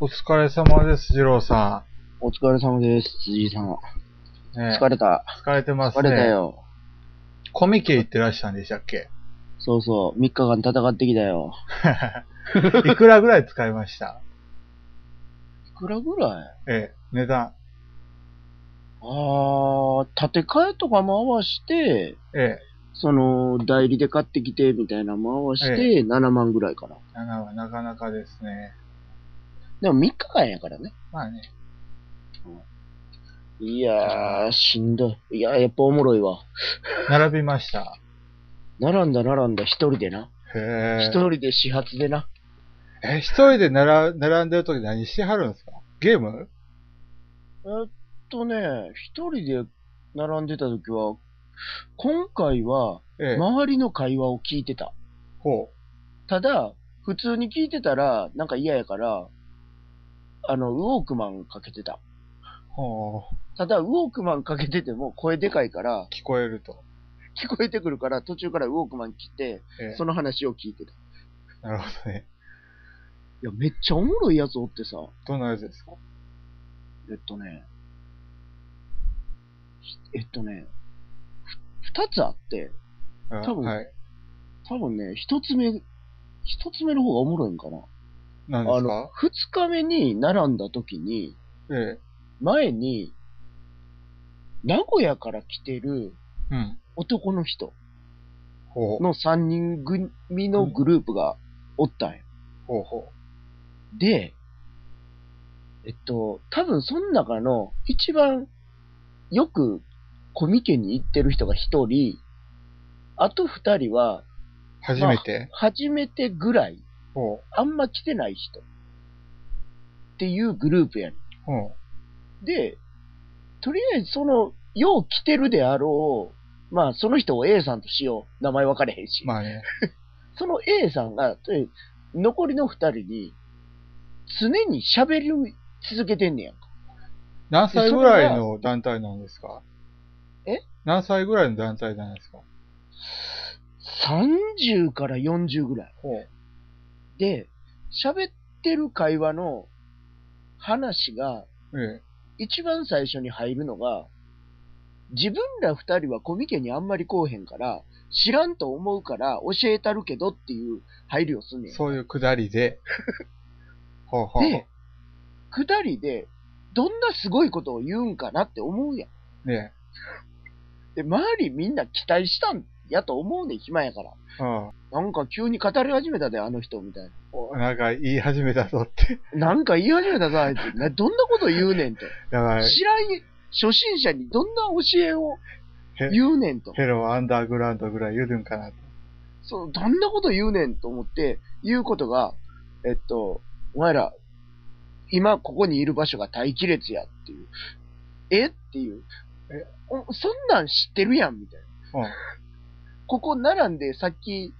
お疲れ様です、二郎さお疲れ様です、辻井さんは。ん。ね疲れた。疲れてます疲ね。れたよ。コミケ行ってらっしゃるんでしたっけ そうそう、3日間戦ってきたよ。いくらぐらい使いましたいくらぐらいええ、値段。あー、建て替えとか回して、ええ、その、代理で買ってきて、みたいな回して、7万ぐらいかな。 7はなかなかですね。でも3日間やからね。まあね。いやー、しんどい。いやー、やっぱおもろいわ。並びました。並んだ並んだ、一人でな。へえ。一人で始発でな。え、一人でなら並んでる時何してはるんですかゲームえっとね、一人で並んでた時は、今回は、ええ。周りの会話を聞いてた。ほただ、普通に聞いてたら、なんか嫌やから、あの、ウォークマンかけてた。う。ほう。ただ、ウォークマンかけてても声でかいから、聞こえると。聞こえてくるから、途中からウォークマン切って、ええそ。の話を聞いてた。いなるほどね。や、めっちゃおもろいやつおってさ、どんなやつですかえっとね、えっとね、ふ二つあって、うん多分はい。多分ね、一つ目、一つ目の方がおもろいんかな。何であすのか、二日目に並んだ時に、ええ。前に、名古屋から来てるうん。男の人ほう。の3人組のグループがおったんや。ほうほで、えっと、多分その中の一番よくコミケに行ってる人が1人、あと2人はう。初めて、初めてぐらい、ほう。あんま来てない人っていうグループやねんほで、とりあえずその、よう来てるであろう、まあその人を A さんとしよう。名前分かれへんし。う。まあね。その A さんが、とりあえず残りの二人に、常に喋り続けてんねやんか。何歳ぐらいの団体なんですかえ何歳ぐらいの団体なんですか30から40ぐらい。ほう。で、喋ってる会話の話が、ええ。一番最初に入るのが、自分ら二人はコミケにあんまり来おへんから、知らんと思うから教えたるけどっていう配慮をすんねん。そういうくだり で。ほうほう。で、二人で、どんなすごいことを言うんかなって思うやん。ねで、周りみんな期待したんやと思うねん、暇やから。うん。なんか急に語り始めたで、あの人みたいな。おなんか言い始めたぞって。 なんか言い始めたぞ、あいつ。などんなこと言うねんと。だから、知らん、初心者にどんな教えを言うねんと。ヘローアンダーグラウンドぐらい言うんかなと。そう、どんなこと言うねんと思って、言うことが、えっと、お前ら、今ここにいる場所が待機列やっていう。えっていう。えおそんなん知ってるやんみたいな。うん。ここ並んで、さっき、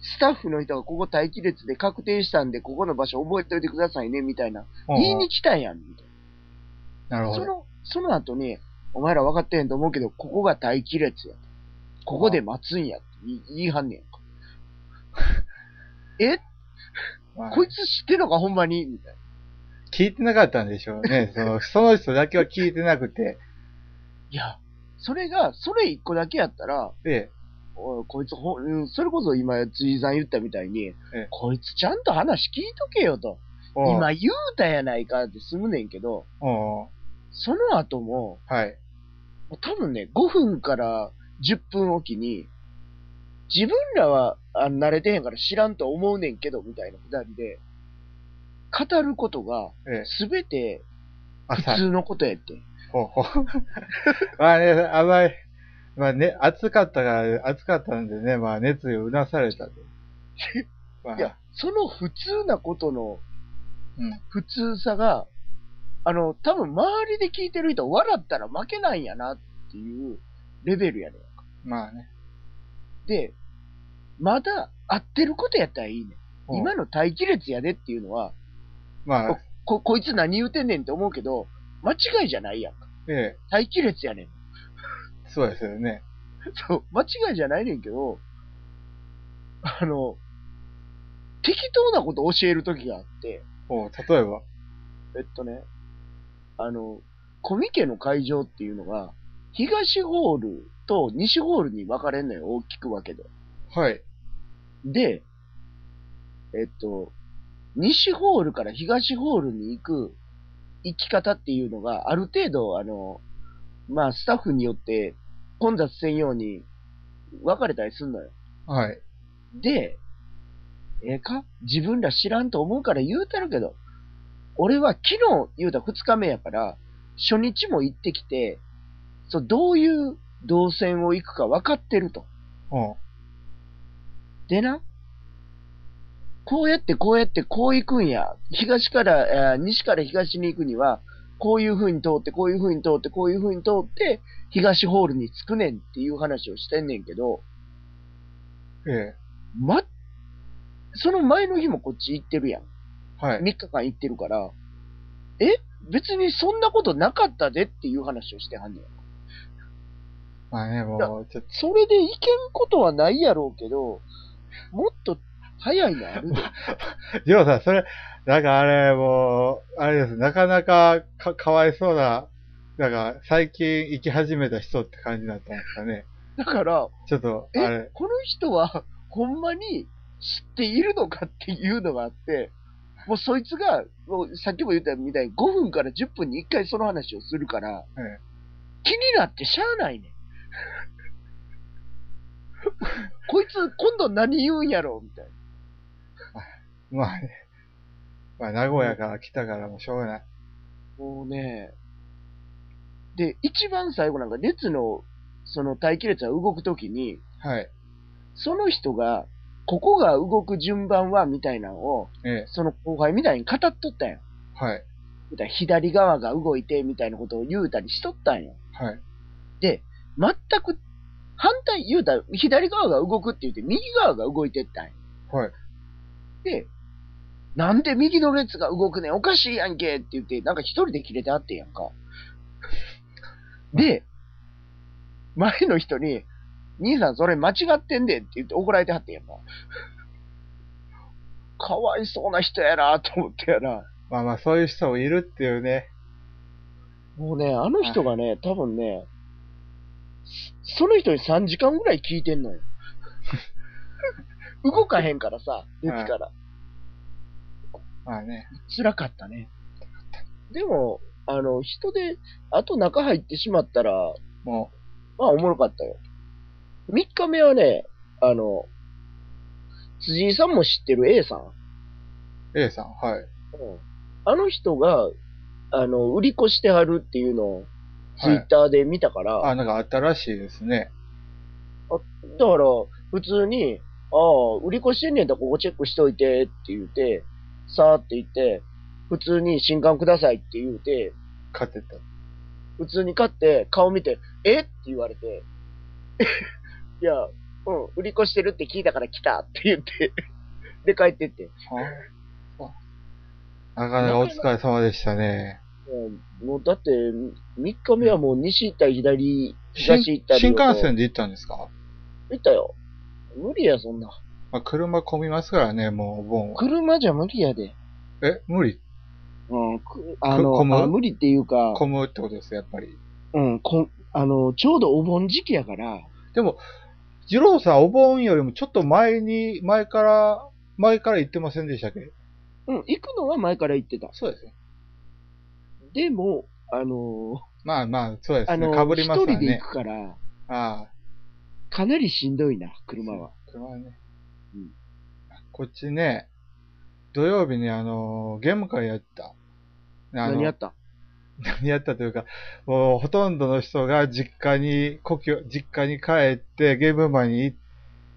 スタッフの人がここ待機列で確定したんで、ここの場所覚えておいてくださいね、みたいな。うん言いに来たやん、みたいなるな。ほそど。の、その後に、お前ら分かってへんと思うけど、ここが待機列や。ここで待つんやって言い言いはんねやんか。えまあこいつ知ってんのか、ほんまにみたいな。聞いてなかったんでしょう ね。その、その人だけは聞いてなくて。いや、それが、それ一個だけやったら、で、おいこいつほ、うんそれこそ今、辻井さん言ったみたいに、えこいつちゃんと話聞いとけよと。おう今言うたやないかって済むねんけど、おうその後も、はい。多分ね、5分から10分おきに、自分らはあ慣れてへんから知らんと思うねんけど、みたいな二人で、語ることが、ええ、すべて朝普。通のことやって。ほうほう。 まあね、あまり、まあね、暑かったから、暑かったんでね、まあ熱意をうなされたと。 まあ、いや、その普通なことのうん。普通さが、あの、多分周りで聞いてる人、笑ったら負けないんやなっていうレベルやねん。まあね。で、まだ合ってることやったらいいねうんん。今の待機列やでっていうのは、まあ、こ、こいつ何言うてんねんって思うけど、間違いじゃないやんか。ええ、待機列やねん。 そうですよね。そう、間違いじゃないねんけど、あの、適当なこと教えるときがあって、おう例えば。えっとね、あの、コミケの会場っていうのが、東ホールと西ホールに分かれんのよ、大きく分けて。はい。で、えっと、西ホールから東ホールに行く行き方っていうのが、ある程度、あの、まあ、スタッフによって混雑せんように分かれたりすんのよ。はい。で、ええか自分ら知らんと思うから言うたるけど、俺は昨日言うた2日目やから、初日も行ってきて、そう、どういう動線を行くか分かってると。おうでな、こうやってこうやってこう行くんや。東から、えー西から東に行くには、こういう風に通って、こういう風に通って、こういう風に通って、東ホールに着くねんっていう話をしてんねんけど、ええ。ま、その前の日もこっち行ってるやん。はい。 3日間行ってるから、え別にそんなことなかったでっていう話をしてはんねん。まあね、もう、ちょっそれで行けんことはないやろうけど、もっと早いのあるで。 と、ジョーさん、それ、なんかあれ、もう、あれです。なかなかか、かわいそうな、なんか、最近生き始めた人って感じだったんですかね。だから、ちょっと、あえれ、、この人は、ほんまに知っているのかっていうのがあって、もうそいつが、もうさっきも言ったみたいに5分から10分に1回その話をするから、え気になってしゃあないねん。 こいつ今度何言うんやろみたいな。まあね。 まあ、名古屋から来たからもうしょうがない。もうね、で、一番最後なんか列の、その待機列が動くときに、はい。その人が、ここが動く順番は、みたいなのを、ええ。その後輩みたいに語っとったんや。はい。みたいな左側が動いてみたいなことを言うたりしとったんよ。はい。で、全く反対言うたら左側が動くって言って右側が動いてったんよ。はい。で、なんで右の列が動くねんおかしいやんけって言って、なんか一人で切れてあってんやんか。で、前の人に、兄さんそれ間違ってんでって言って怒られてはってんやんか。かわいそうな人やなと思ってやな。まあまあ、そういう人もいるっていうね。もうね、あの人がね、多分ね、そその人に3時間ぐらい聞いてん のよ。動かへんからさ、いですから。まあね。辛かったね。でも、あの、人で、あと中入ってしまったら、もまあおもろかったよ。3日目はね、あの、辻井さんも知ってる A さん。う、A さん、はい。あの人が、あの、売り越してはるっていうのを、ツイはッい。ターで見たから、あ、なんかあったらしいですね。だから、普通に、ああ、売り越してんねんだ、ここチェックしといてって言うて、さーって言って、普通に新刊くださいって言うて、勝てた。普通に買って、顔見て、えって言われて、 いや、うん、売り越してるって聞いたから来たって言って、で帰ってって、なかなかお疲れ様でしたね。 うんもうだって、3日目はもう西行ったり左、東行新ったり。新幹線で行ったんですか、行ったよ。無理や、そんな。まあ、車混みますからね、もうお盆は。車じゃ無理やで。え、無理うん、くあこむの、あ無理っていうか、混むってことです、やっぱり。うん、こん、あの、ちょうどお盆時期やから、でも、二郎さんお盆よりもちょっと前に、前から、前から行ってませんでしたっけうん、行くのは前から行ってた。そうですね。でも、あの、まあまあ、そうですあね。の、かぶ一ります人からで行ね。くから、ああ、かなりしんどいな、車は。車はね。うんこっちね、土曜日にあの、ゲーム会やった。あの何やった何やったというか、もうほとんどの人が実家に、故郷、実家に帰って、ゲームマンに、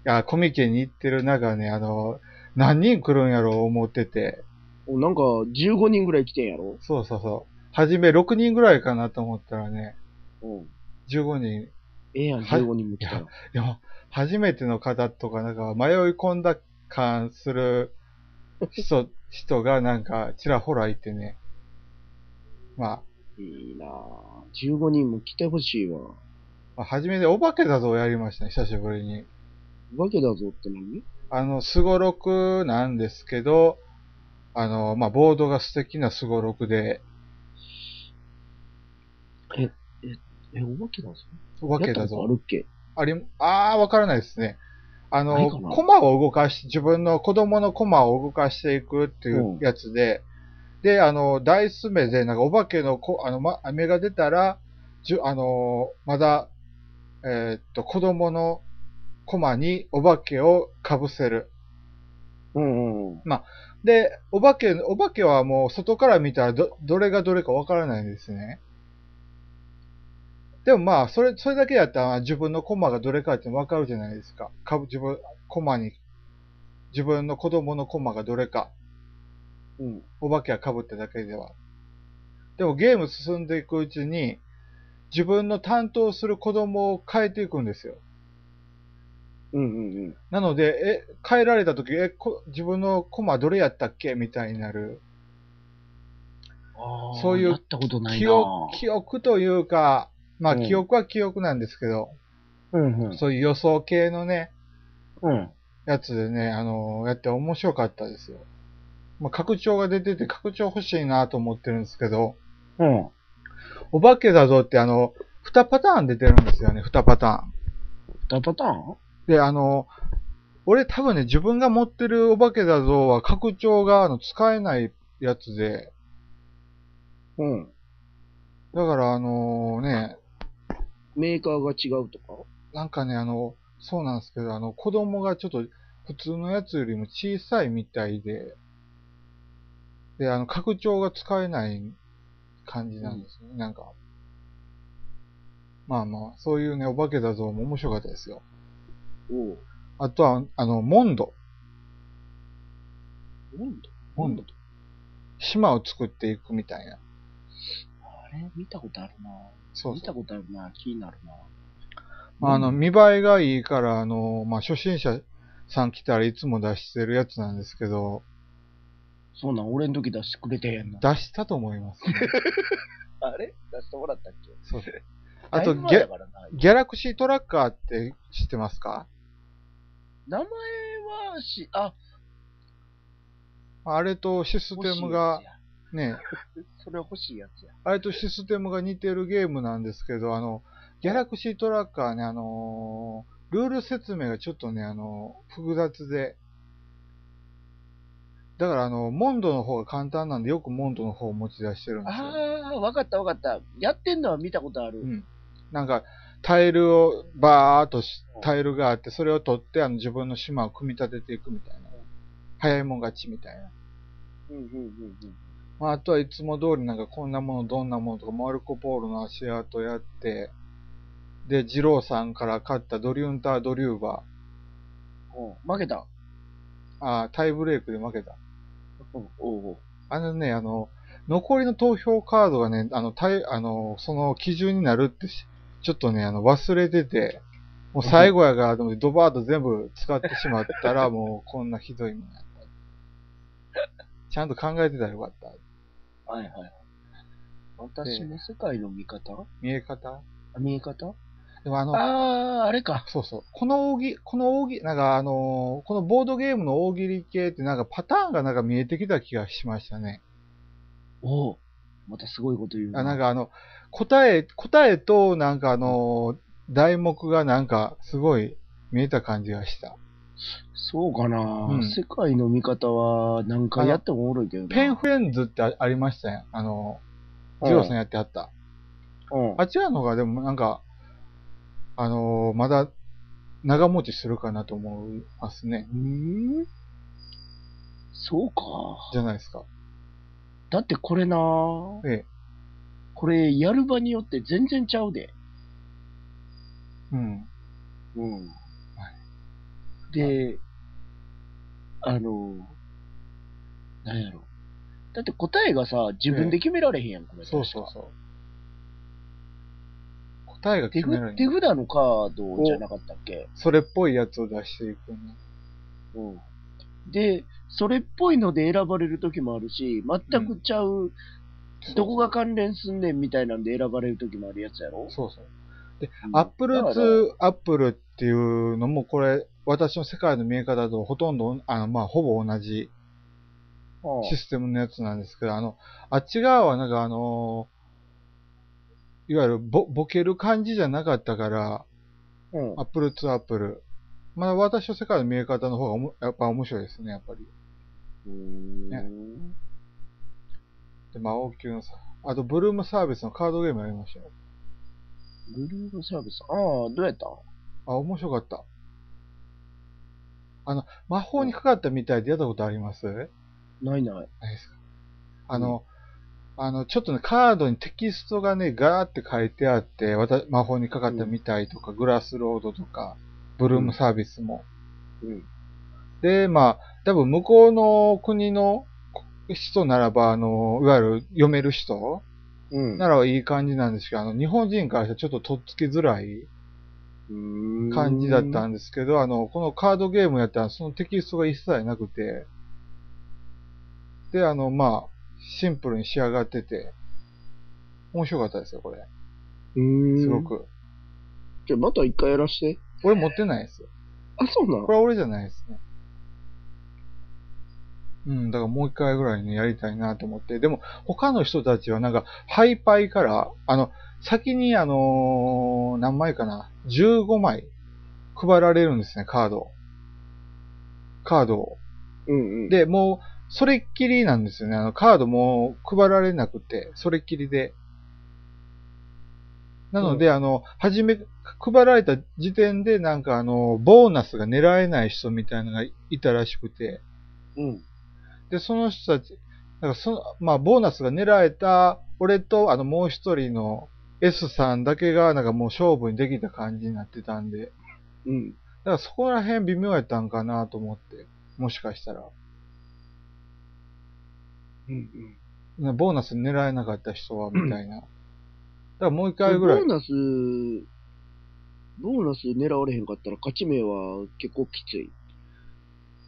あ、コミケに行ってる中ね、あの、何人来るんやろう思ってて、おなんか、15人ぐらい来てんやろそうそうそう。はじめ6人ぐらいかなと思ったらね、うん。 15人。ええやん、はい15人も来たら。いや、初めての方とか、なんか迷い込んだ感する人、人がなんかちらほらいてね。まいいなぁ。15人も来てほしいわ。あ、まあ、初めてお化けだぞをやりましたね、久しぶりに。わけだぞって何あの、すごろくなんですけど、あの、まあ、ボードが素敵なスゴロクで、え、お化けなんですかお化けやだったこぞとあ。るっけあり、あー、わからないですね。あないの、かなコマを動かし、自分の子供のコマを動かしていくっていうやつで、で、あの、ダイス目で、なんかお化けのこ、あの、ま、目が出たら、じゅ、あの、まだ、えーっと、子供のコマにお化けを被せる。うんうん。で、お化け、お化けはもう外から見たらど、どれがどれかわからないんですね。でもまあ、それ、それだけやったら自分のコマがどれかってわかるじゃないですか。かぶ自分、コマに、自分の子供のコマがどれか、うん。お化けは被っただけでは。でもゲーム進んでいくうちに、自分の担当する子供を変えていくんですよ。うんうんうん。なので、え、変えられた時、え、こ自分のコマどれやったっけみたいになる。あーそういうなったことない記な憶、記憶というか、まあうん記憶は記憶なんですけど、うんうん。そういう予想系のね、うん。やつでね、あのやって面白かったですよ。まあ、拡張が出てて、拡張欲しいなと思ってるんですけど、うん。お化けだぞってあの、二パターン出てるんですよね、二パターン。だパターンで、あの俺多分ね、自分が持ってるお化けだぞは拡張があの使えないやつで、うん。だからあのね、メーカーが違うとかなんかね、あの、そうなんですけど、あの、子供がちょっと普通のやつよりも小さいみたいで、で、あの、拡張が使えない感じなんですね、なんか。まあまあ、そういうね、お化けだぞも面白かったですよ。おう。あとは、あの、モンド。なんだなんだ島を作っていくみたいな。あれ見たことあるなそう見そたう。ことあるな気になるなまあ、あの、見栄えがいいから、あの、まあ、初心者さん来たらいつも出してるやつなんですけど、そうなん、俺の時出してくれてへんな。出したと思い ます、ね。あれ出してもらったっけそうそう。あと、だいぶゲ前だからなギャラクシートラッカーって知ってますか名前はし、あ、あれとシステムが欲しいやね、つや。それ欲しいやつや。あれとシステムが似てるゲームなんですけど、あの、ギャラクシートラッカーね、あのールール説明がちょっとね、あのー複雑で、だからあの、モンドの方が簡単なんで、よくモンドの方を持ち出してるんですよ。ああ、わかったわかった。やってんのは見たことある。うん。なんか、タイルを、バーっとしタイルがあって、それを取って、あの、自分の島を組み立てていくみたいな。早いもん勝ちみたいな。うんうんうんうん。まあ、あとはいつも通りなんかこんなものどんなものとかマルコ・ポーロの足跡やってで二郎さんから買ったドリュンター・ドリューバお負けた。 ーあータイブレイクで負けたうんおうおうあのねあの残りの投票カードがねあのタイあのその基準になるってしちょっとねあの忘れててもう最後やがドバーッと全部使ってしまったらもうこんなひどいもんやったちゃんと考えてたらよかったはいはいはい。私の世界の見方見え方あ見え方でもあのああー、あれか。そうそう。この大喜、この大喜、なんかあのーこのボードゲームの大喜利系ってなんかパターンがなんか見えてきた気がしましたね。おお。またすごいこと言うあなんかあの、答え、答えとなんかあのー題目がなんかすごい見えた感じがした。そうかな、ん世界の見方は何回やってもおもろいけどな。ペンフレンズってあありましたやん。あのー、ジローさんやってあった。うん。あちらの方がでもなんか、あのーまだ長持ちするかなと思いますね。うんそうか。じゃないですか。だってこれなええ。これやる場によって全然ちゃうで。うん。うん。で、あの、なんやろ。だって答えがさ、自分で決められへんやん、これ。そうそうそう。答えが手決札められない。手札のカードじゃなかったっけそれっぽいやつを出していくね。うん。で、それっぽいので選ばれる時もあるし、全くちゃう、どこが関連すんねんみたいなんで選ばれる時もあるやつやろそうそう。うんアップルだから2アップルっていうのもこれ、私の世界の見え方とほとんど、あの、まあ、ほぼ同じ、うんシステムのやつなんですけど、あの、あっち側はなんかあのーいわゆるボボケる感じじゃなかったから、うんアップル2アップル。まだ私の世界の見え方の方がおもやっぱ面白いですね、やっぱり。うーんねで、魔王級のさ、あとブルームサービスのカードゲームやりましたよ。ブルームサービス。ああ、どうやったんあ、面白かった。あの、魔法にかかったみたいでやったことありますないないない。ですかあの、あの、ちょっとね、カードにテキストがね、ガーって書いてあって、わた魔法にかかったみたいとか、グラスロードとか、ブルームサービスも。うん。で、まあ、多分向こうの国の人ならば、あの、いわゆる読める人うん。ならいい感じなんですけど、あの、日本人からしたらちょっととっつきづらい感じだったんんですけど、あの、このカードゲームやったらそのテキストが一切なくて、で、あの、まあ、シンプルに仕上がってて、面白かったですよ、これ。うーん。すごく。じゃあまた一回やらして。俺持ってないですよ。あ、そうなこれは俺じゃないですね。うん、だからもう一回ぐらいね、やりたいなと思って。でも、他の人たちはなんか、ハイパイから、あの、先にあのー何枚かな ?15 枚配られるんですね、カード。カードを。うんうん。、で、もう、それっきりなんですよね。あの、カードも配られなくて、それっきりで。なので、あの、はじめ、配られた時点で、なんかあの、ボーナスが狙えない人みたいなのがいたらしくて、うん。で、その人たち、なんかその、まあ、ボーナスが狙えた、俺と、あの、もう一人の S さんだけが、なんかもう勝負にできた感じになってたんで、うん。だからそこら辺微妙やったんかなと思って、もしかしたら。うん。ねボーナス狙えなかった人は、みたいな。だからもう一回ぐらいボー。ナス、ボーナス狙われへんかったら勝ち目は結構きつい。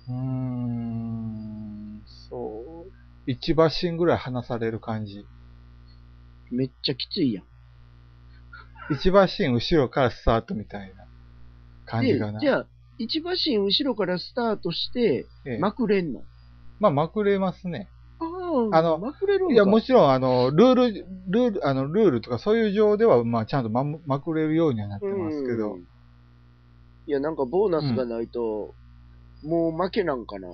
うーん、そう。一馬身ぐらい離される感じ。めっちゃきついやん。一馬身後ろからスタートみたいな感じでかな。じゃあ、一馬身後ろからスタートして、ええまくれんの。まあ、まくれますね。ああのまくれるんかいや、もちろん、あの、ルール、ルール、あの、ルールとかそういう上では、まあ、ちゃんとまむ、まくれるようにはなってますけどう。ん。いや、なんかボーナスがないと、もう負けなんかな。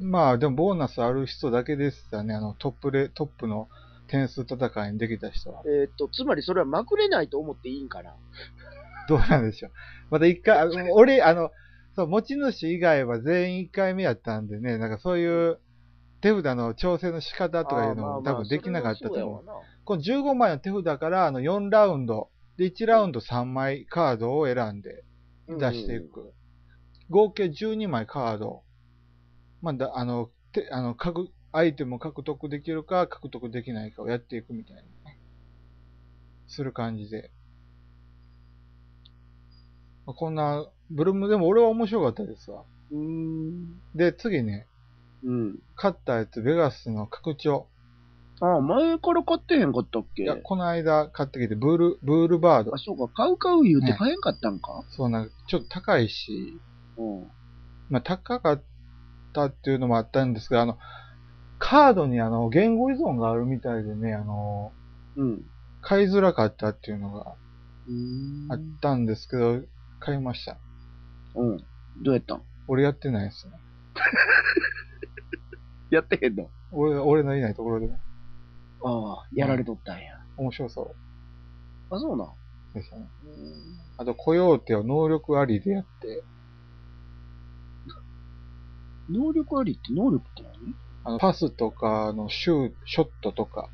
まあ、でも、ボーナスある人だけですよね。あの、トップレ、トップの点数戦いにできた人は。えーっと、つまりそれはまくれないと思っていいんかな。どうなんでしょう。また一回、あの俺、あの、そう、持ち主以外は全員一回目やったんでね、なんかそういう手札の調整の仕方とかいうのも多分できなかったと思う。この15枚の手札からあの4ラウンド、で1ラウンド3枚カードを選んでう出していく。合計12枚カード。まあ、だあの、てあの、各、アイテムを獲得できるか、獲得できないかをやっていくみたいなね。する感じで。まあこんな、ブルーム、でも俺は面白かったですわ。うん。で、次ね、うん。買ったやつ、ベガスの拡張。ああ、前から買ってへんかったっいけや、この間買ってきて、ブル、ブールバードあ、。そうか、買う買う言うて買えんかったんか。そうなんか、ちょっと高いし、うん。まあ、高かったっていうのもあったんですが、あの、カードにあの、言語依存があるみたいでね、あの、うん。買いづらかったっていうのがうんあったんですけど、買いました。うん。どうやったん俺やってないですね。 やってへんの俺、俺のいないところでね、ああ、やられとったんや。面白そうあ、そうなん。でしたね。あと、コヨーテを能力ありでやって、能力ありって能力ってあの、パスとか、あの、シュー、ショットとか、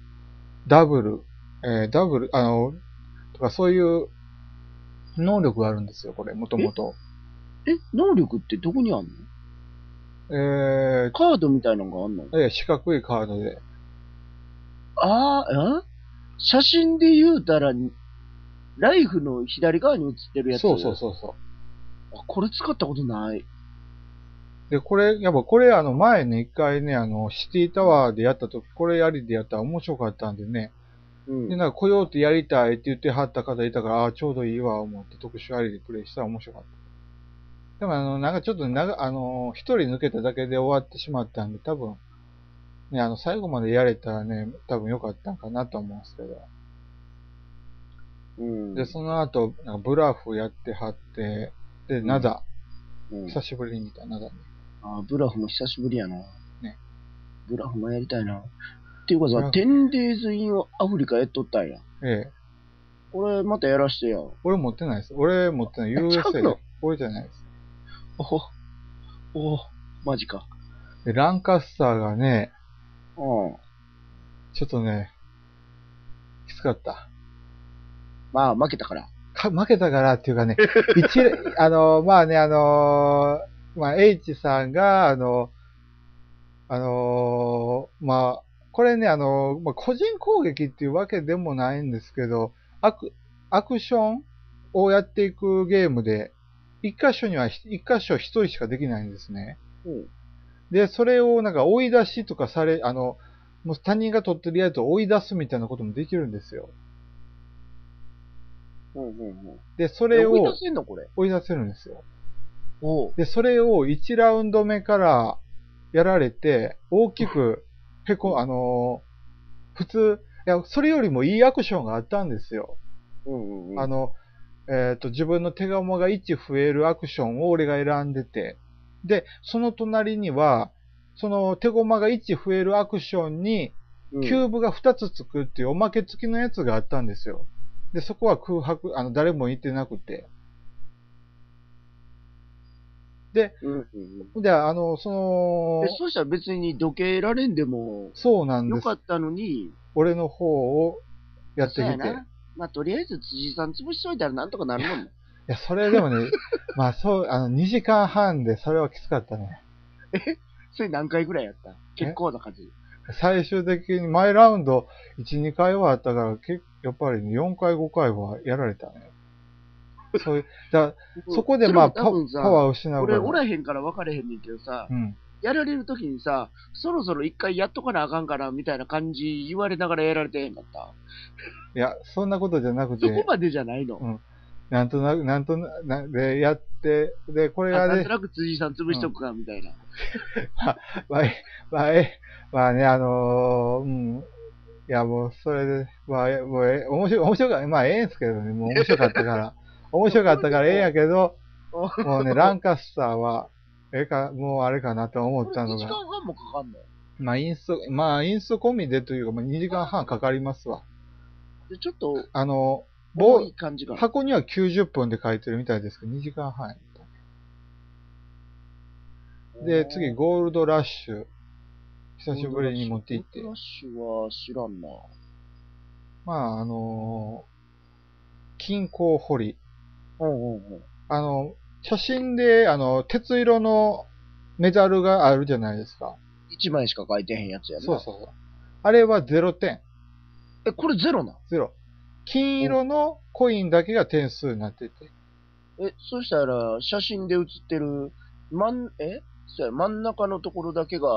ダブル、えーダブル、あの、とかそういう能力があるんですよ、これ、もともと。何え、能力ってどこにあんのえーカードみたいなのがあんのええ、四角いカードで。ああ、え写真で言うたら、ライフの左側に写ってるやつ。そうそうそうそあこれ使ったことない。う。で、これ、やっぱこれ、あの、前ね、一回ね、あの、シティタワーでやった時、これやりでやったら面白かったんでね。うんで、なんか、来ようってやりたいって言ってはった方いたから、ああ、ちょうどいいわ、思って特殊ありでプレイしたら面白かった。でも、あの、なんかちょっと長、あの、一人抜けただけで終わってしまったんで、多分、ね、あの、最後までやれたらね、多分良かったんかなと思うんですけど。うん。で、その後、なんかブラフやってはって、で、んナダ、うん久しぶりに見たナダね。あーブラフも久しぶりやな。ね。ブラフもやりたいな。っていうかブラさ、フ 10days in アフリカやっとったんや。ええ。これまたやらしてよ。俺持ってないです。俺持ってない。あちゃう USA ので。俺じゃないです。おほ。おほ。マジか。で、ランカスターがね、うん。ちょっとね、きつかった。まあ、負けたから。か、負けたからっていう かね、一連、あの、まあね、あの、まあ、H さんが、あの、あの、まあ、これね、あの、まあ、個人攻撃っていうわけでもないんですけど、アク、アクションをやっていくゲームで、一箇所には、一箇所一人しかできないんですね。うん。で、それをなんか追い出しとかされ、あの、もう他人が取ってるやつを追い出すみたいなこともできるんですよ。うんうんうん。で、そこれれ追いを出せんのこれ。追い出せるんですよ。おう。で、それを1ラウンド目からやられて、大きく、へこ、あのー普通、いや、それよりもいいアクションがあったんですよ。うんうんうん。あの、えっ、と、自分の手釜が1増えるアクションを俺が選んでて、で、その隣には、その手駒が1増えるアクションに、うん、キューブが2つつくっていうおまけ付きのやつがあったんですよ。で、そこは空白、あの、誰も行ってなくて。うんうんうん。で、あの、そのえ、、そうしたら別にどけられんでも、そうなんでよすかったのに、俺の方をやってそうきやて。いな。まあ、とりあえず辻さん潰しといたらなんとかなるもん。や、それでも ね、まあそう、あの、2時間半でそれはきつかったね。それ何回ぐらいやった結構な数。最終的に、前ラウンド1、2回はあったから、けやっぱりね、4回、5回はやられたね。そういう、だそこでまあ、それパも多分さパワーを失うか俺ら。おらへんから分かれへんねんけどさ、うん。やられるときにさ、そろそろ一回やっとかなあかんからみたいな感じ言われながらやられてへんかった。いや、そんなことじゃなくそこて、までじゃないの。なんとなく、なんとななで、やって、で、これがあなんねと、なく辻さん潰しとくかみたいな。まあ、えまあ、え、まあね、あのーうん。いや、もう、それで、まあ、えもう、え、面白い、面白かった。まあ、ええんすけどね、もう面白かった から。面白かったからええんやけど、もうね、ランカスターは、ええか、もうあれかなと思こっれたの2時が、間半もかかんのまあ、インスト、まあ、インスト込みでというか、まあ、2時間半かかりますわ。でちょっとあの、多棒い、感じかな。箱には90分で書いてるみたいですけど、2時間半やった。で、次、ゴールドラッシュ。久しぶりに持って行ってゴールド。ラッシュは知らんな。まあ、あのー金庫掘り。うんうんうん。あの、写真で、あの、鉄色のメダルがあるじゃないですか。 1枚しか書いてへんやつやな。そうそうそう。あれは0点。え、これゼロな0。金色のコインだけが点数になってて。え、そしたら、写真で写ってる、真ん、えそうや、真ん中のところだけが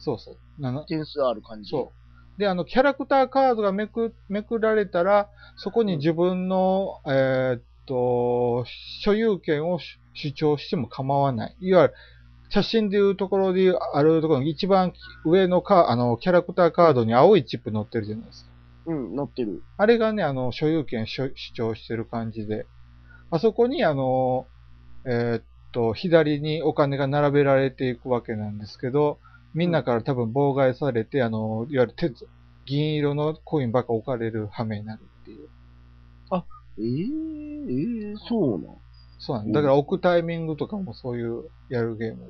そうそう。なな点数ある感じ。そう。で、あの、キャラクターカードがめく、めくられたら、そこに自分の、えーっと、所有権を主主張しても構わない。いわゆる、写真でいうところでいうあるところの一番上のカあの、キャラクターカードに青いチップ乗ってるじゃないですか。う。うん、乗ってる。あれがね、あの、所有権主主張してる感じで、あそこに、あの、えーっと、左にお金が並べられていくわけなんですけど、みんなから多分妨害されて、あの、いわゆる鉄、銀色のコインばっか置かれる羽目になるっていう。えー、えー、そうなん。そうなんだ。だから置くタイミングとかもそういうやるゲーム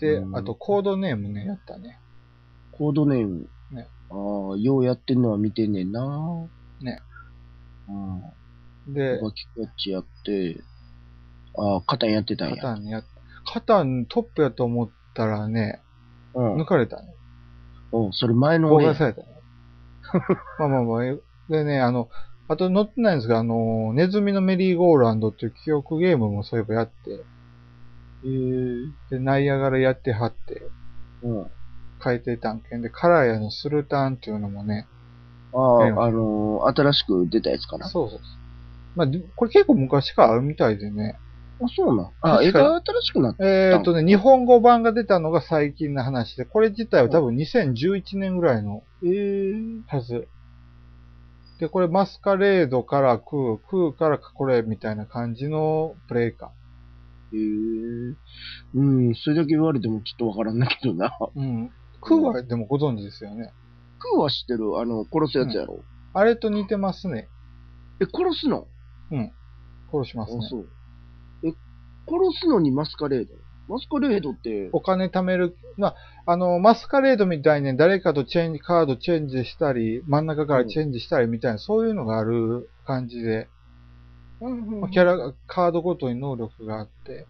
で。でう、んあとコードネームね、やったね。コードネーム。ねああ、ようやってんのは見てんねんな。ね。うん。で、バキキャッチやって、ああ、肩やってたカんや。タンや、カタントップやと思ったらね、うん抜。かれたね。うん、それ前の妨ね害。されたね。 まあまあまあ、えでね、あの、あと載ってないんですが、あの、ネズミのメリーゴーランドっていう記憶ゲームもそういえばやって、えー、で、ナイアガラやってはって、うん。書いてたんけんで、カラヤのスルタンっていうのもね、あええあ、あのー新しく出たやつかな。そうそうそう。まあ、でこれ結構昔からあるみたいでね、あ、そうなん。あ、映確かに画新しくなった。えーっとね、日本語版が出たのが最近の話で、これ自体は多分2011年ぐらいのえー、はず。で、これマスカレードから空、空からこれみたいな感じのプレイか。えー。うん、それだけ言われてもちょっとわからんだけ どな。うん。空はでもご存知ですよね。クーは知ってる、あの、殺すやつやろ。あれと似てますね。え、殺すの殺しまあすね。そう。え、殺すのにマスカレードマスカレードって、お金貯める、まあ、あの、マスカレードみたいに誰かとチェンジ、カードチェンジしたり、真ん中からチェンジしたりみたいな、そういうのがある感じで、まあキャラが、カードごとに能力があって、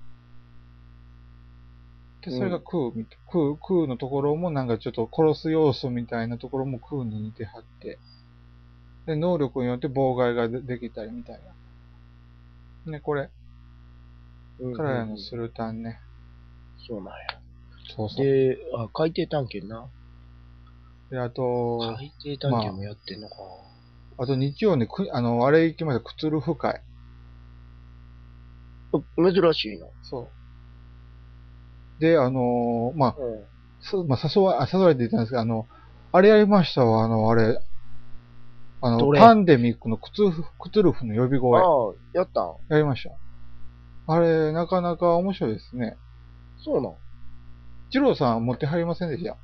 で、それが空みたい、空、空のところもなんかちょっと殺す要素みたいなところも空に似てはって、で、能力によって妨害がでできたりみたいな。ね、これ、うんうんカラヤのスルタンね。そうなんや。そうそう。で、あ、海底探検な。で、あと、海底探検もやってんのか。あと日曜ね、くあの、あれ行きました、クツルフ会。あ珍しいな。そう。で、あのーまあ、うん。そまあ、誘わ、あ誘われていたんですけど、あの、あれやりましたわ、あの、あれ、あのど、れパンデミックのクツルフ、クツルフの呼び声、ああ、やったんやりました。あれ、なかなか面白いですね。そうなん。ジローさん持ってはりませんでした。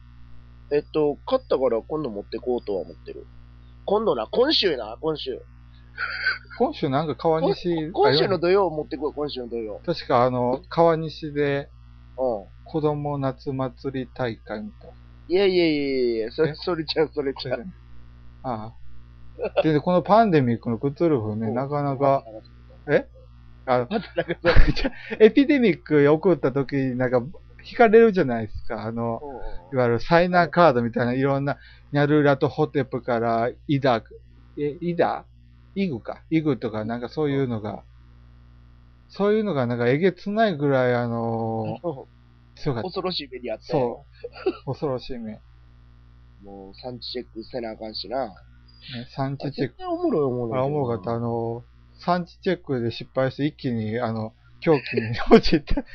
えっと、勝ったから今度持ってこうとは思ってる。今度な、今週な、今週。今週なんか川西、あ今れ週の土曜持ってこう、今週の土曜。確かあの、川西でうん。子供夏祭り大会みたいな。いやいやいやいや、それ、えそれちゃう、それちゃう。ああ。で、このパンデミックのクツルフね、なかなか、。あ またなんか、エピデミック起こった時になんか、惹かれるじゃないですか。あの、いわゆるサイナーカードみたいな、いろんな、ニャルラとホテプから、イダ、え、イダイグか。イグとか、なんかそういうのが、そういうのがなんかえげつないぐらい、あの強かった。恐ろしい目にあったよ。そう。恐ろしい目。ね、もう、産地チェックせなあかんしな。産地チェック絶。対おもろいおもろい。あれ、おもろかった。あの、産地チェックで失敗して、一気に、あの、狂気に陥った。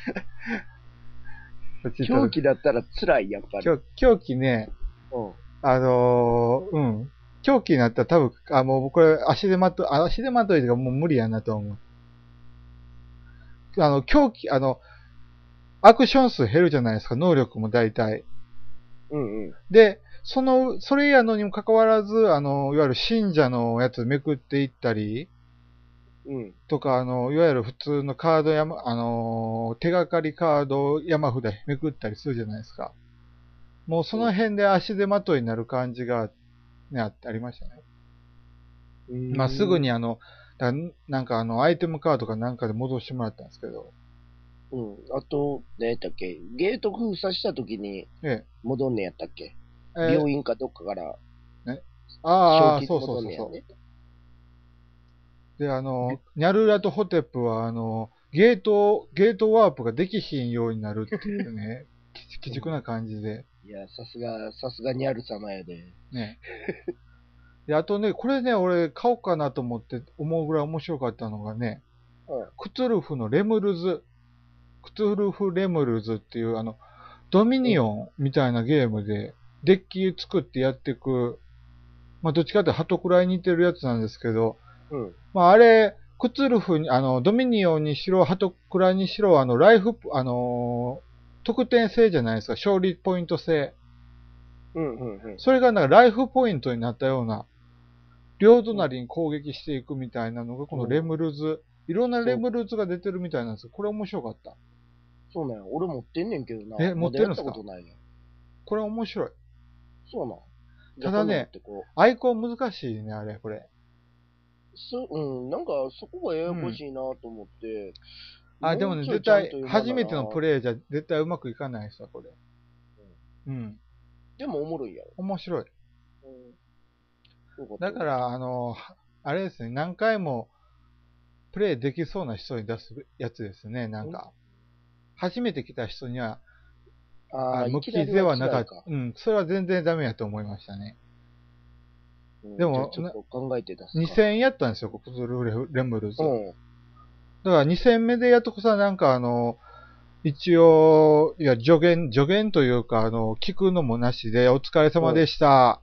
陥った狂気だったら辛い、やっぱり。狂狂気ね、うん。あのーうん。狂気になったら多分、あ、もうこれ足でまと、あ足でまといとかもう無理やなと思う。あの、狂気、あの、アクション数減るじゃないですか、能力も大体。うんうん。で、その、それやのにもかかわらず、あの、いわゆる信者のやつめくっていったり、うん。とか、あの、いわゆる普通のカード山、あの、手がかりカード山札めくったりするじゃないですか。もうその辺で足手まといになる感じが、ね、あってありましたね。うんまあ、すぐ。にあの、だなんかあの、アイテムカードかなんかで戻してもらったんですけど、うん。あと、何やったっけゲート封鎖した時にえ戻んねやったっけええー病院かどっかから、ああ、正気そにうそ戻うんそねうやそね。う。で、あの、ニャルラとホテップは、あの、ゲート、ゲートワープができひんようになるっていうね、 鬼畜な感じで。いや、さすが、さすがにある様やで。ね。で、あとね、これね、俺買おうかなと思って思うぐらい面白かったのがね、うんクツルフのレムルズ、クツルフレムルズっていうあの、ドミニオンみたいなゲームで、デッキ作ってやっていく、まあ、どっちかってハトくらいに似てるやつなんですけど、うん。まあ、あれ、クツルフに、あの、ドミニオンにしろ、ハトクラにしろ、あの、ライフ、あのー得点制じゃないですか、勝利ポイント制。うんうんうん。それがなんかライフポイントになったような、両隣に攻撃していくみたいなのが、このレムルズ。いろんなレムルズが出てるみたいなんですよ。これ面白かった。そうなんや。俺持ってんねんけどな。え持ってるんすかまだやったことないねん。これ面白い。そうなん。じゃただあね、今度持ってこうアイコン難しいね、あれ、これ。そうん、なんかそこがややこしいなと思って。あ、でもね、絶対、初めてのプレレイじゃ絶対うまくいかないですよ、これ。うん。でもおもろいやろ。面白い。そうかだか、ら、あの、はあれですね、何回もプレイできそうな人に出すやつですね、なんか。初めて来た人には、あああ、向向ききででははななかかっったた。。うん、それは全然ダメやと思いましたね。うんでもじゃあちょっと考えて出すか。 2000円やったんですよ、ここズルレムルズ。うん。だから2戦目でやっとこさ、なんかあの、一応、いや、助言、助言というか、あの、聞くのもなしで、お疲れ様でした。